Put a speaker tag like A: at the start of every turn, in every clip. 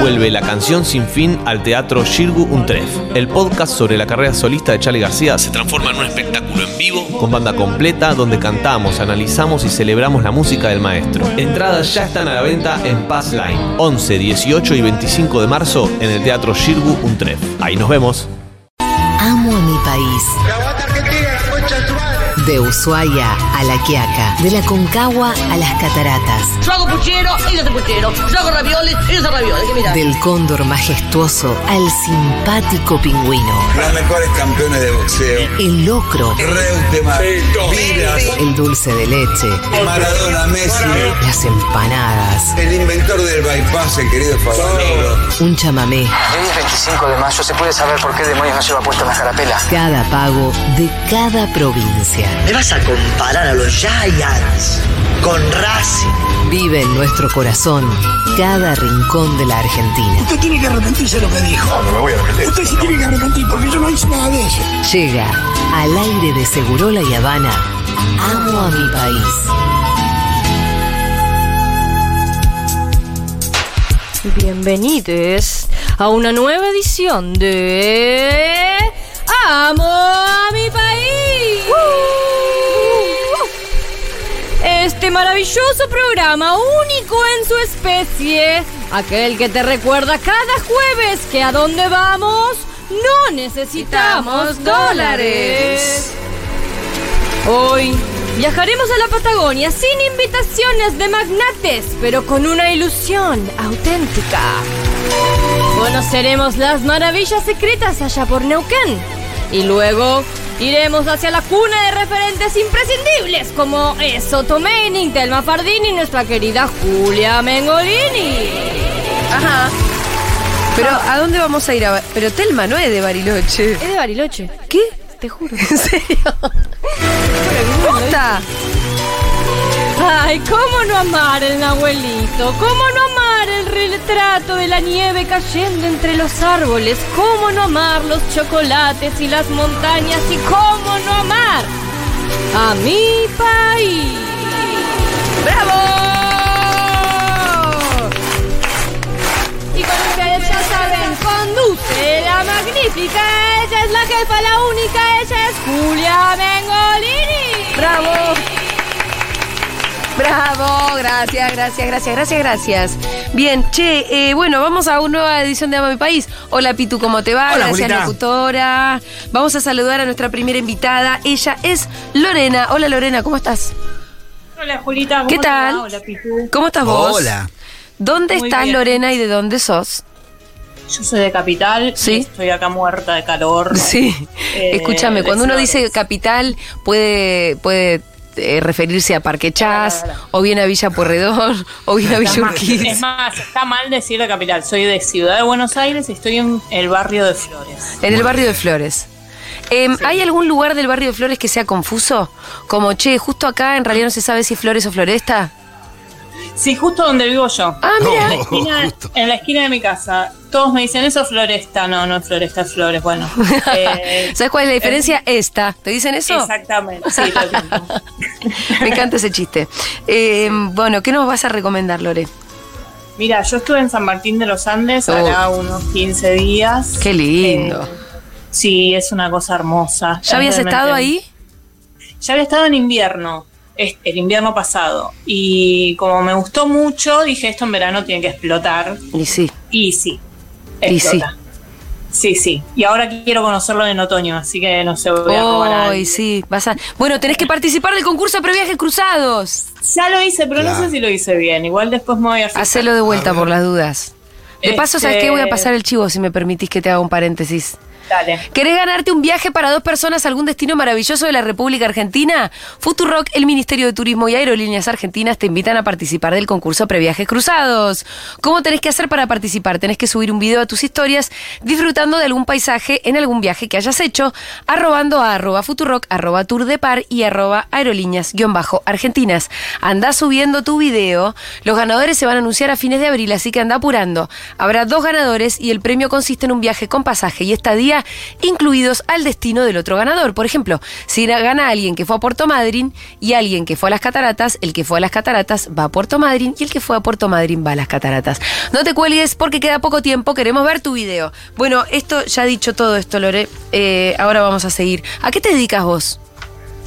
A: vuelve la canción sin fin al teatro Shirgu Untref. El podcast sobre la carrera solista de Charlie García se transforma en un espectáculo en vivo con banda completa donde cantamos, analizamos y celebramos la música del maestro. Entradas ya están a la venta en Pass Line 11, 18 y 25 de marzo en el teatro Shirgu Untref. Ahí nos vemos.
B: Amo a mi país. De Ushuaia a La Quiaca, de la Concagua a las Cataratas,
C: Yo hago puchero, ellos hacen puchero. Yo hago ravioles, ellos hacen ravioles. Que mira.
B: del cóndor majestuoso al simpático pingüino,
D: Los mejores campeones de boxeo.
B: el locro,
D: Reutemann, Vilas,
B: el dulce de leche,
D: Maradona, Messi,
B: las empanadas,
D: el inventor del bypass, el querido Fabanero.
B: un chamamé.
E: Hoy es 25 de mayo, se puede saber por qué demonios no lleva puesta una carapela.
B: Cada pago de cada provincia.
F: ¿Me vas a comparar a los Giants con Racing?
B: Vive en nuestro corazón cada rincón de la Argentina.
G: Usted tiene que arrepentirse de lo que dijo. No, me voy a arrepentir. Usted se tiene que arrepentir porque yo no hice nada de eso.
B: Llega al aire de Segurola y Habana. Amo a mi país.
H: Bienvenidos a una nueva edición de Amo a mi país. Este maravilloso programa único en su especie, aquel que te recuerda cada jueves que a dónde vamos no necesitamos dólares. Hoy viajaremos a la Patagonia sin invitaciones de magnates, pero con una ilusión auténtica. Conoceremos las maravillas secretas allá por Neuquén. Y luego iremos hacia la cuna de referentes imprescindibles como es Soto Manning, Telma Fardini y nuestra querida Julia Mengolini. Ah.
I: Ajá. Pero ¿a dónde vamos a ir? A... Pero Telma no es de Bariloche.
H: Es de Bariloche,
I: ¿Qué?
H: te juro.
I: ¿En serio? ¡Posta!
H: Ay, cómo no amar el abuelito, cómo no amar el retrato de la nieve cayendo entre los árboles, cómo no amar los chocolates y las montañas y cómo no amar a mi país. ¡Bravo! Y con ustedes ya saben, conduce la magnífica, ella es la jefa, la única, ella es Julia Mengolini.
I: ¡Bravo! ¡Bravo! Gracias, gracias, gracias, gracias, gracias. Bien, che, eh, bueno, vamos a una nueva edición de Ama Mi País. Hola Pitu, ¿cómo te va?
J: Hola,
I: gracias,
J: Julita.
I: locutora. Vamos a saludar a nuestra primera invitada. Ella es Lorena. Hola Lorena, ¿cómo estás?
K: Hola Julita, ¿cómo
I: ¿Qué
K: te va?
I: tal?
K: Hola Pitu.
I: ¿Cómo estás vos?
J: Hola.
I: ¿Dónde
K: Muy
I: estás
K: bien.
I: Lorena y de dónde sos?
K: Yo soy de Capital,
I: Sí.
K: y estoy acá muerta de calor.
I: Sí,
K: Eh,
I: escúchame,
K: de
I: cuando uno
K: Flores.
I: dice capital puede, puede eh, referirse a Parque Chas,
K: Claro, claro.
I: o bien a Villa Porredor, o bien a
K: Está
I: Villa
K: mal.
I: Urquiza.
K: Es más, está mal decir de Capital, soy de Ciudad de Buenos Aires y estoy en el barrio de Flores.
I: En el barrio de Flores. Em, ¿Hay algún lugar del barrio de Flores que sea confuso? Como, che, justo acá en realidad no se sabe si Flores o Floresta.
K: Sí, justo donde vivo yo.
I: Ah, mira.
K: En la esquina- en la esquina de mi casa. Todos me dicen, eso es Floresta. No, no es Floresta, es Flores. Bueno. Eh,
I: ¿Sabes cuál es la diferencia? Esta. ¿Te dicen eso?
K: exactamente, sí, todo el tiempo.
I: Me encanta ese chiste. Em, bueno, ¿qué nos vas a recomendar, Lore?
K: Mira, yo estuve en San Martín de los Andes
I: Oh.
K: hará unos 15 días. Eh,
I: Qué lindo.
K: sí, es una cosa hermosa.
I: ¿Ya habías
K: Realmente.
I: estado ahí?
K: Ya había estado en invierno, es- el invierno pasado. Y como me gustó mucho, dije esto en verano tiene que explotar.
I: Y sí.
K: Y sí.
I: Y
K: Explota. sí. Sí, Y ahora quiero conocerlo en otoño, así que no se voy a robar a
I: Ay,
K: nadie.
I: sí, vas a- Bueno, tenés que participar del concurso de previajes cruzados.
K: Ya lo hice, pero no
J: Claro.
K: sé si lo hice bien. Igual después me voy a fijar.
I: Hacelo de vuelta por las dudas. De paso, ¿sabes
K: Este-
I: qué? Voy a pasar el chivo si me permitís que te haga un paréntesis.
K: Dale.
I: ¿Querés ganarte un viaje para dos personas a algún destino maravilloso de la República Argentina? Futurock, el Ministerio de Turismo y Aerolíneas Argentinas te invitan a participar del concurso Previajes Cruzados. ¿Cómo tenés que hacer para participar? Tenés que subir un video a tus historias disfrutando de algún paisaje en algún viaje que hayas hecho, arrobando a arroba Futurock, arroba Tour de Par y arroba aerolíneas-argentinas. Andá subiendo tu video. Los ganadores se van a anunciar a fines de abril, así que anda apurando. Habrá dos ganadores y el premio consiste en un viaje con pasaje y estadía etcétera, incluidos al destino del otro ganador. Por ejemplo, si gana alguien que fue a Puerto Madryn y alguien que fue a las cataratas, el que fue a las cataratas va a Puerto Madryn y el que fue a Puerto Madryn va a las cataratas. No te cuelgues porque queda poco tiempo, queremos ver tu video. Bueno, esto ya dicho todo esto, Lore, eh, ahora vamos a seguir. ¿A qué te dedicas vos?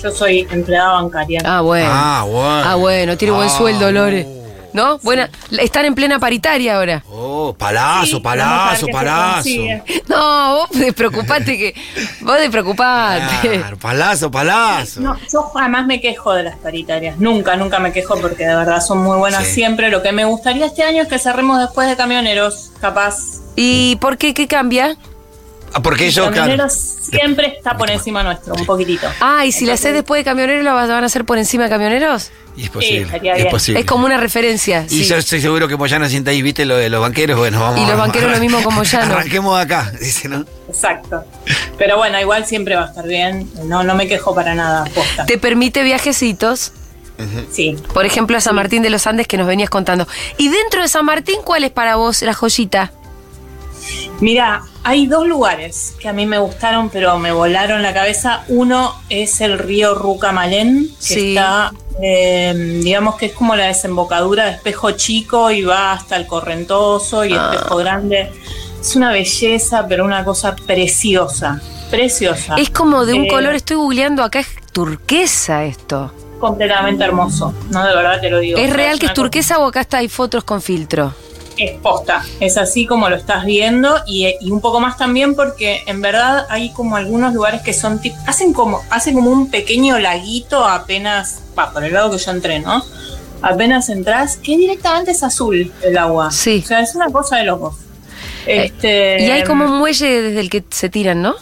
K: Yo soy empleada bancaria.
I: Ah, bueno.
J: Ah, bueno.
I: Ah, bueno, tiene buen
J: Ah,
I: sueldo, Lore. ¿No? Buena. Están en plena paritaria ahora.
J: Oh, palazo, palazo, palazo.
I: No, vos despreocupate que. Vos despreocupate.
J: Claro, palazo, palazo.
K: No, yo jamás me quejo de las paritarias. Nunca, nunca me quejo porque de verdad son muy buenas
J: Sí.
K: siempre. Lo que me gustaría este año es que cerremos después de camioneros, capaz.
I: ¿Y por qué qué cambia?
J: Ah, porque ellos, claro.
K: camioneros siempre está por encima nuestro, un poquitito.
I: Ah, y si la haces después de camioneros, ¿la vas- van a hacer por encima de camioneros?
J: Y es posible.
K: estaría
J: es
K: bien.
J: posible.
I: Es como una referencia.
J: Y
I: sí.
J: yo estoy seguro que Moyano ahí, viste lo de los banqueros, bueno, vamos.
I: Y los
J: vamos,
I: banqueros lo mismo con Moyano.
J: Arranquemos de acá, dice, ¿no?
K: Exacto. Pero bueno, igual siempre va a estar bien. No, no me quejo para nada. Posta.
I: Te permite viajecitos,
J: Mm.
K: Sí.
I: por ejemplo, a San Martín de los Andes que nos venías contando. Y dentro de San Martín, ¿cuál es para vos la joyita?
K: Mira, hay dos lugares que a mí me gustaron, pero me volaron la cabeza. Uno es el río Rucamalén, que
I: Sí.
K: está, eh, digamos que es como la desembocadura de espejo chico y va hasta el correntoso y
I: Ah.
K: espejo grande. Es una belleza, pero una cosa preciosa. Preciosa.
I: Es como de un
K: Eh,
I: color, estoy googleando acá, es turquesa esto.
K: completamente hermoso. No, de verdad te lo digo.
I: ¿Es real que
K: una
I: es turquesa o acá está, hay fotos con filtro?
K: es posta, es así como lo estás viendo y, y un poco más también porque en verdad hay como algunos lugares que son tip- hacen como hacen como un pequeño laguito apenas, va, por el lado que yo entré, ¿no? Apenas entras, que directamente es azul el agua.
I: Sí.
K: O sea, es una cosa de locos.
I: Eh,
K: Este,
I: y hay como un muelle desde el que se tiran, ¿no?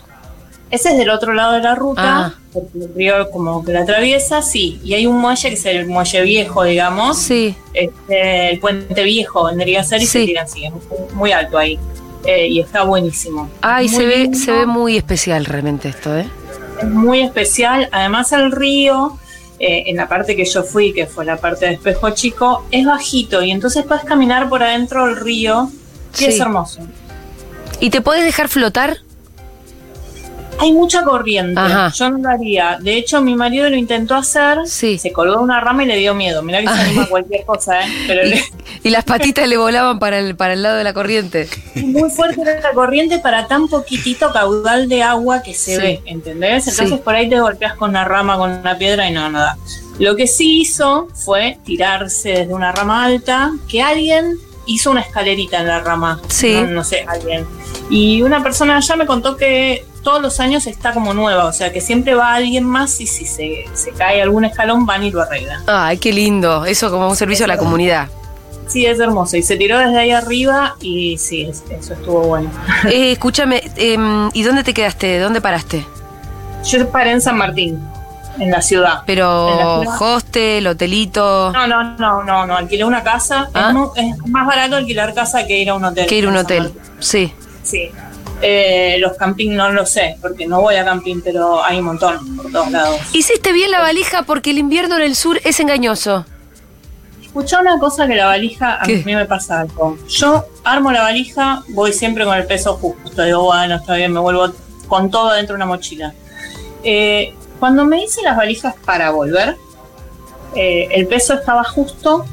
K: ese es del otro lado de la ruta,
I: Ah.
K: porque el río como que la atraviesa, sí. Y hay un muelle que es el muelle viejo, digamos.
I: Sí.
K: Este, el puente viejo vendría a ser
I: Sí.
K: y se tiran así, es muy alto ahí. Eh, y está buenísimo.
I: Ay,
K: Muy
I: se ve,
K: lindo,
I: se ve muy especial realmente esto, ¿eh?
K: es muy especial. Además, el río, eh, en la parte que yo fui, que fue la parte de espejo chico, es bajito y entonces puedes caminar por adentro del río y
I: Sí.
K: es hermoso.
I: ¿Y te podés dejar flotar?
K: Hay mucha corriente,
I: Ajá.
K: yo no lo haría. De hecho, mi marido lo intentó hacer,
I: Sí.
K: se colgó de una rama y le dio miedo. Mirá que se
I: Ay.
K: anima a cualquier cosa, ¿eh? pero le-
I: Y, y las patitas le volaban para el, para el lado de la corriente.
K: muy fuerte era la corriente para tan poquitito caudal de agua que se
I: Sí.
K: ve, ¿entendés? Entonces
I: Sí.
K: por ahí te golpeas con una rama, con una piedra y no, nada. Lo que sí hizo fue tirarse desde una rama alta, que alguien hizo una escalerita en la rama.
I: Sí.
K: No, no sé, alguien. Y una persona allá me contó que todos los años está como nueva, o sea que siempre va alguien más y si se, se cae algún escalón van y lo arreglan.
I: Ay, qué lindo. Eso como un servicio a la comunidad.
K: Sí, es hermoso. Y se tiró desde ahí arriba y sí, es- eso estuvo bueno.
I: Eh, escúchame, em, ¿y dónde te quedaste? ¿Dónde paraste?
K: Yo paré en San Martín, en la ciudad. En la
I: Pero
K: ciudad.
I: hostel, hotelito,
K: No, no, no, no, no. Alquilé una casa.
I: Ah.
K: Es, mu- es más barato alquilar casa que ir a un hotel.
I: que ir a un
K: en San
I: hotel.
K: Martín.
I: Sí.
K: Ah, Sí. Eh, los camping no lo sé, porque no voy a camping, pero hay un montón por todos lados.
I: Hiciste bien la valija porque el invierno en el sur es engañoso.
K: Escuchá una cosa que la valija a
I: ¿Qué?
K: mí me pasa algo. Yo armo la valija, voy siempre con el peso justo. Digo, bueno, está bien, me vuelvo con todo dentro de una mochila. Eh, cuando me hice las valijas para volver, eh, el peso estaba justo,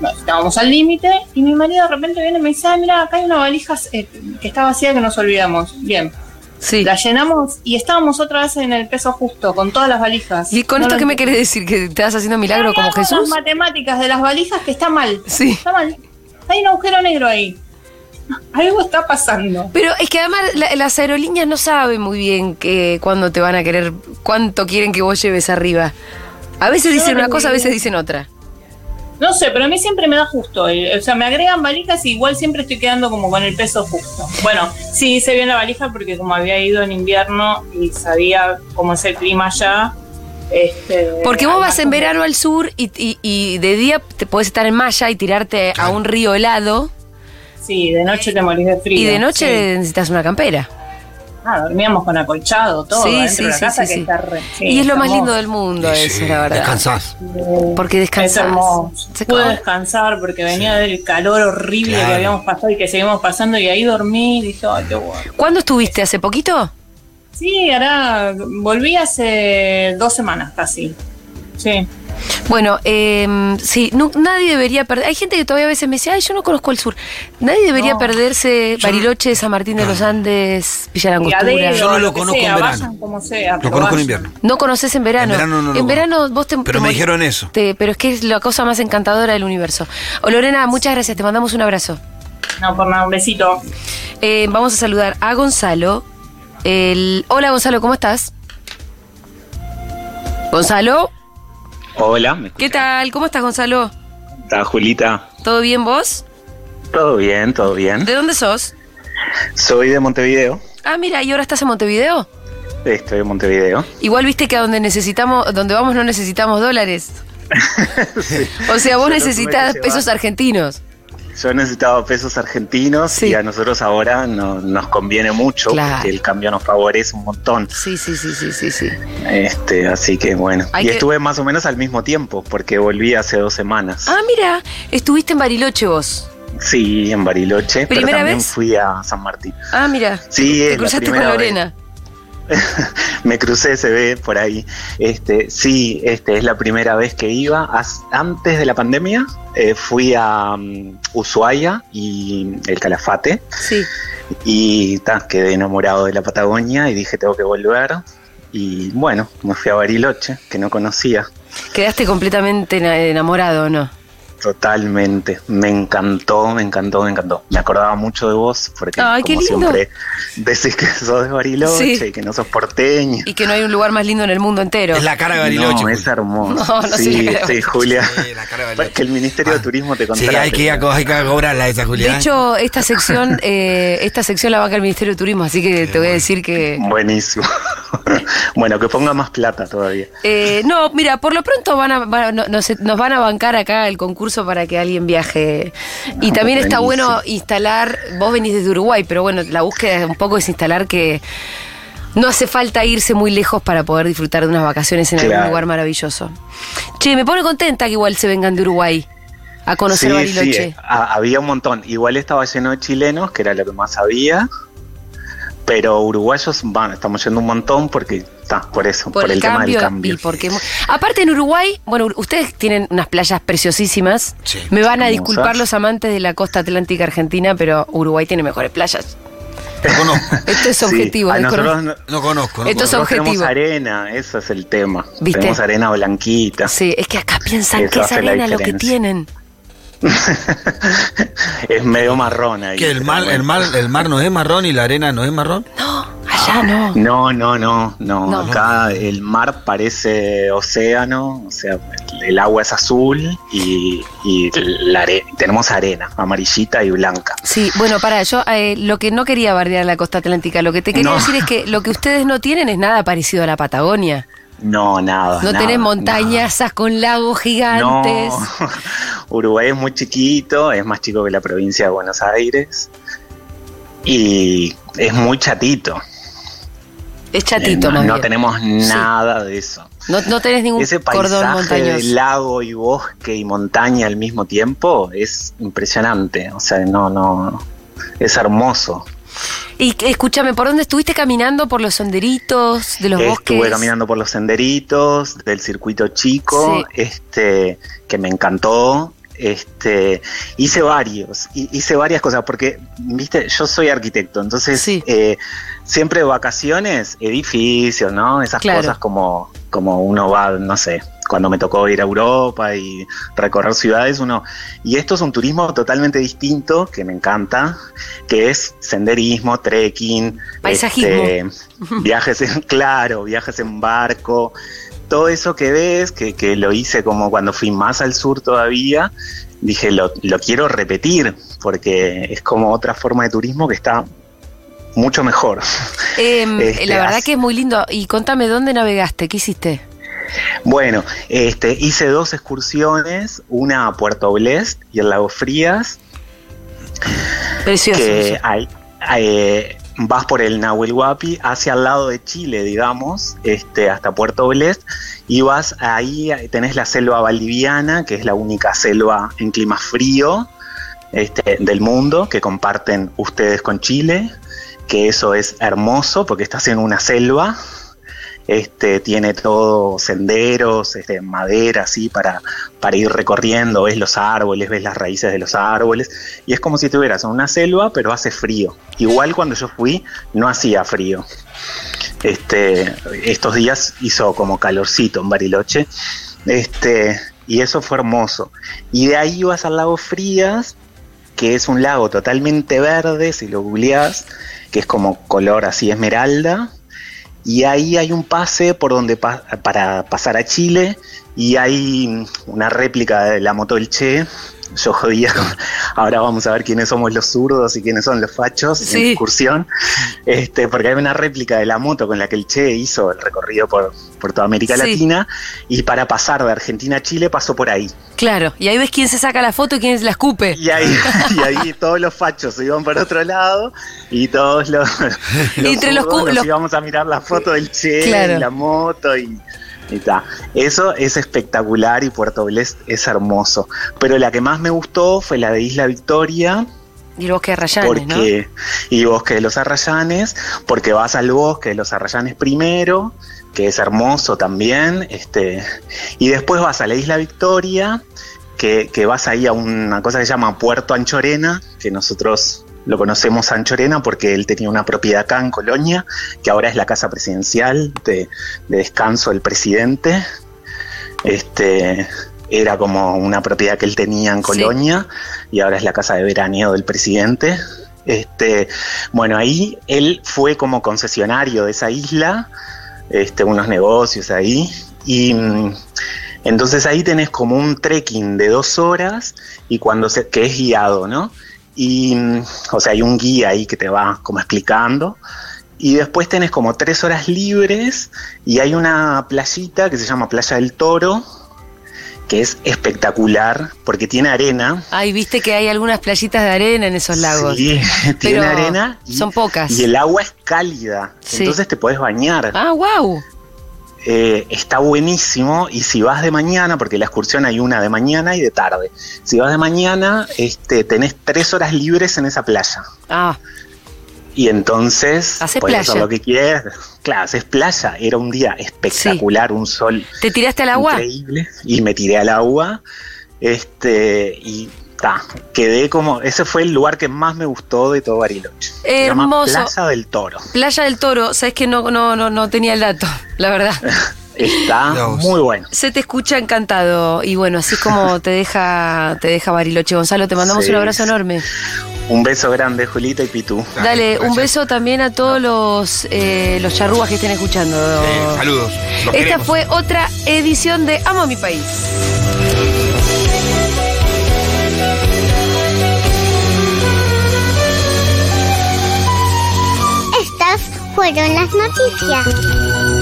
K: no, estábamos al límite, y mi marido de repente viene y me dice, ah, mira, acá hay una valija eh, que está vacía que nos olvidamos. Bien,
I: Sí.
K: la llenamos y estábamos otra vez en el peso justo, con todas las valijas.
I: ¿Y con
K: No
I: esto
K: lo
I: qué me
K: entiendo.
I: querés decir? ¿Que te vas haciendo milagro como
K: Hablamos
I: Jesús?
K: Las matemáticas de las valijas que está mal.
I: Sí.
K: Está mal. Hay un agujero negro ahí. Algo está pasando.
I: Pero es que además la- las aerolíneas no saben muy bien que, cuándo te van a querer, cuánto quieren que vos lleves arriba. A veces dicen una cosa, a veces dicen otra.
K: No sé, pero a mí siempre me da justo. el- O sea, me agregan valijas y igual siempre estoy quedando como con el peso justo. Bueno, sí hice bien la valija porque como había ido en invierno y sabía cómo es el clima allá. Este,
I: Porque vos vas en
K: además,
I: verano al sur y, y- y de día te podés estar en malla y tirarte a un río helado
K: Sí, de noche te morís de frío.
I: y de noche
K: sí.
I: necesitas una campera.
K: Ah, dormíamos con acolchado, todo.
I: Sí,
K: adentro
I: sí,
K: de la
I: sí,
K: casa,
I: sí,
K: que
I: sí.
K: está re- sí,
I: y es lo más
K: hermoso.
I: lindo del mundo eso, la verdad.
J: Descansás.
I: Porque
K: Es
I: descansás.
K: hermoso.
I: Se
K: Pude
I: acabó.
K: descansar porque venía del calor horrible
I: Claro.
K: que habíamos pasado y que seguimos pasando y ahí dormí y dije, ay, qué bueno.
I: ¿Cuándo estuviste? ¿Hace poquito?
K: Sí, ahora volví hace dos semanas casi. Sí.
I: Bueno, eh, sí, nu- nadie debería perder. Hay gente que todavía a veces me dice, ay, yo no conozco el sur. Nadie debería
K: No.
I: perderse Bariloche, San Martín de los Andes, Villa La Angostura.
K: Piadero,
J: Ah. Yo no lo
K: que
J: conozco en
K: sea,
J: verano.
K: vayan como sea,
J: Lo
K: pero
J: conozco en
K: vayan.
J: invierno.
I: No conoces en verano.
J: En verano no lo
I: En verano vos te.
J: Pero
I: te
J: me
I: mol-
J: dijeron eso.
I: te- pero es que es la cosa más encantadora del universo. Oh, Lorena, muchas gracias. Te mandamos un abrazo.
K: No, por nada, un besito.
I: Eh, vamos a saludar a Gonzalo. El- Hola, Gonzalo, ¿cómo estás? Gonzalo,
L: Hola, ¿me
I: ¿qué tal? ¿Cómo estás, Gonzalo?
L: escuchás, Julita?
I: ¿Todo bien vos?
L: Todo bien, todo bien.
I: ¿De dónde sos?
L: Soy de Montevideo.
I: Ah, mira, ¿y ahora estás en Montevideo?
L: Estoy en Montevideo.
I: Igual viste que a donde necesitamos, donde vamos no necesitamos dólares. O sea, vos
L: Yo no tuve
I: necesitas
L: que llevar.
I: pesos argentinos.
L: Yo necesitaba pesos argentinos y a nosotros ahora no- nos conviene mucho
I: Claro.
L: porque el cambio nos favorece un montón.
I: Sí, sí, sí, sí, sí, sí.
L: Este, así que bueno.
I: Hay
L: y
I: que-
L: estuve más o menos al mismo tiempo porque volví hace dos semanas.
I: Ah, mira, estuviste en Bariloche vos.
L: Sí, en Bariloche, pero
I: ¿Primera
L: también
I: vez?
L: fui a San Martín.
I: Ah, mira.
L: Sí, es
I: Te
L: la
I: cruzaste con
L: primera vez.
I: Lorena.
L: me crucé, se ve por ahí. Este, sí, este es la primera vez que iba. As- antes de la pandemia eh, fui a mm, Ushuaia y el Calafate.
I: Sí.
L: Y ta, quedé enamorado de la Patagonia y dije tengo que volver. Y bueno, me fui a Bariloche, que no conocía
I: Quedaste completamente ena- enamorado, ¿o ¿no?
L: totalmente. Me encantó, me encantó, me encantó. Me acordaba mucho de vos, porque
I: Ay, qué
L: Eh, como
I: lindo.
L: siempre decís que sos de Bariloche
I: Sí.
L: y que no sos porteño.
I: Y que no hay un lugar más lindo en el mundo entero.
L: No,
J: pues.
L: es hermoso.
I: No, no soy
L: sí,
I: la cara de
L: sí,
I: Bariloche.
L: Julia. Es que el Ministerio de Turismo te
J: Ah. Sí,
L: contrata.
J: hay que, ir a co- hay que cobrarla esa, Julia.
I: De
J: ¿eh?
I: hecho, esta sección, eh, esta sección la va a el Ministerio de Turismo, así que te voy a decir que.
L: Buenísimo. bueno, que ponga más plata todavía.
I: Eh, no, mira, por lo pronto van a, van a- no- nos, nos van a bancar acá el concurso para que alguien viaje.
L: No,
I: Y también está
L: Ah, buenísimo.
I: bueno instalar, vos venís desde Uruguay, pero bueno, la búsqueda un poco es instalar que no hace falta irse muy lejos para poder disfrutar de unas vacaciones en algún
L: Claro.
I: lugar maravilloso. Che, me pone contenta que igual se vengan de Uruguay a conocer
L: sí, sí,
I: Bariloche.
L: eh, ha- había un montón. Igual estaba lleno de chilenos, que era lo que más había. Pero uruguayos, van, estamos yendo un montón porque, está, por eso, por, el, tema del cambio.
I: y porque mu- aparte en Uruguay, bueno, ustedes tienen unas playas preciosísimas. Me van a
L: hermosas.
I: disculpar los amantes de la costa atlántica argentina, pero Uruguay tiene mejores playas. Esto es
L: Sí,
I: objetivo.
L: a
I: descono-
L: nosotros no-
J: conozco.
I: no Esto es conozco.
L: Nosotros
I: objetivo.
L: Tenemos arena, eso es el tema.
I: ¿Viste?
L: Tenemos arena blanquita.
I: Sí, es que acá piensan
L: Eso
I: que es
L: hace la
I: arena lo que
L: diferencia.
I: tienen.
L: Es medio marrón ahí.
J: Que el mar, el mar, el mar no es marrón y la arena no es marrón.
I: Allá no.
L: No, no, no, no.
I: No.
L: Acá el mar parece océano, o sea, el, el agua es azul y, y la are- tenemos arena amarillita y blanca.
I: Sí, bueno, para yo eh, lo que no quería bardear la costa atlántica, lo que te quería
L: No.
I: decir es que lo que ustedes no tienen es nada parecido a la Patagonia.
L: No, nada.
I: No
L: nada, nada.
I: tenés montañas con lagos gigantes.
L: No. Uruguay es muy chiquito, es más chico que la provincia de Buenos Aires y es muy chatito.
I: Es chatito,
L: Eh, no,
I: más
L: no
I: bien.
L: tenemos
I: Sí.
L: nada de eso.
I: No, no tenés ningún
L: Ese
I: cordón
L: paisaje de
I: montañoso.
L: lago y bosque y montaña al mismo tiempo es impresionante. O sea, no, no. Es hermoso.
I: Y que- escúchame, ¿por dónde estuviste caminando? ¿Por los senderitos de los
L: Estuve
I: bosques?
L: caminando por los senderitos del circuito chico, este, que me encantó. Este, hice varios, hi- hice varias cosas, porque, viste, yo soy arquitecto, entonces eh, siempre vacaciones, edificios, ¿no? Esas
I: Claro.
L: cosas como, como uno va, no sé, cuando me tocó ir a Europa y recorrer ciudades, uno. Y esto es un turismo totalmente distinto, que me encanta, que es senderismo, trekking,
I: Paisajismo.
L: Este, viajes en, claro, viajes en barco, todo eso que ves, que, que lo hice como cuando fui más al sur todavía, dije, lo, lo quiero repetir, porque es como otra forma de turismo que está mucho mejor.
I: Em,
L: Este,
I: la verdad
L: as-
I: que es muy lindo. Y contame, ¿dónde navegaste? ¿Qué hiciste?
L: Bueno, este, hice dos excursiones, una a Puerto Blest y el Lago Frías,
I: Precioso.
L: que
I: eso.
L: hay- hay, eh,
K: vas por el Nahuel Huapi hacia el lado de Chile, digamos, este, hasta Puerto Vélez, y vas ahí, tenés la selva valdiviana, que es la única selva en clima frío este, del mundo que comparten ustedes con Chile, que eso es hermoso porque estás en una selva, este, tiene todo senderos, este, madera así para, para ir recorriendo, ves los árboles, ves las raíces de los árboles, y es como si estuvieras en una selva, pero hace frío. Igual cuando yo fui, no hacía frío. Este, estos días hizo como calorcito en Bariloche, este, y eso fue hermoso. Y de ahí vas al lago Frías, que es un lago totalmente verde, si lo googleás, que es como color así esmeralda, y ahí hay un pase por donde pa para pasar a Chile y hay una réplica de la moto del Che. Yo jodía, ahora vamos a ver quiénes somos los zurdos y quiénes son los fachos
I: Sí.
K: en excursión, este, porque hay una réplica de la moto con la que el Che hizo el recorrido por, por toda América
I: Sí.
K: Latina y para pasar de Argentina a Chile pasó por ahí.
I: Claro, y ahí ves quién se saca la foto y quién la escupe.
K: Y ahí, y ahí todos los fachos se iban para otro lado y todos los, los
I: Entre los
K: zurdos
I: cu-
K: nos
I: los-
K: íbamos a mirar la foto del Che
I: Claro.
K: y la moto y, y ta. Eso es espectacular y Puerto Vélez es hermoso. Pero la que más me gustó fue la de Isla Victoria
I: Y el bosque de Rayanes, ¿no?
K: porque y bosque de los arrayanes porque vas al bosque de los arrayanes primero que es hermoso también este y después vas a la isla Victoria que, que vas ahí a una cosa que se llama Puerto Anchorena que nosotros lo conocemos a Anchorena porque él tenía una propiedad acá en Colonia que ahora es la casa presidencial de, de descanso del presidente este era como una propiedad que él tenía en Colonia y ahora es la casa de veraneo del presidente. Este, bueno, ahí él fue como concesionario de esa isla, este, unos negocios ahí, y mm, entonces ahí tenés como un trekking de dos horas y cuando se, que es guiado, ¿no? Y, mm, o sea, hay un guía ahí que te va como explicando. Y después tenés como tres horas libres y hay una playita que se llama Playa del Toro, que es espectacular porque tiene arena.
I: Ay, viste que hay algunas playitas de arena en esos lagos.
K: Sí, tiene
I: Pero
K: arena
I: Son pocas.
K: y el agua es cálida,
I: Sí.
K: entonces te podés bañar.
I: Ah, wow.
K: Eh, está buenísimo y si vas de mañana, porque la excursión hay una de mañana y de tarde, si vas de mañana este, tenés tres horas libres en esa playa.
I: Ah,
K: Y entonces
I: Hacés
K: podés hacer
I: playa.
K: lo que quieras. Claro, haces playa. Era un día espectacular, un sol
I: ¿te tiraste al agua?
K: increíble y me tiré al agua este y ta, quedé como ese fue el lugar que más me gustó de todo Bariloche Se llama
I: Hermoso.
K: Plaza del Toro
I: Playa del Toro, sabes que no, no, no, no tenía el dato, la verdad.
K: está muy bueno
I: Se te escucha encantado y bueno, así es como te deja, te deja Bariloche. Gonzalo, te mandamos
K: Sí.
I: un abrazo enorme.
K: un beso grande Julita y Pitu
I: Dale, un beso también a todos los, eh, los charrúas que estén escuchando.
J: Saludos.
I: Esta fue otra edición de Amo a mi país.
M: Estas fueron las noticias.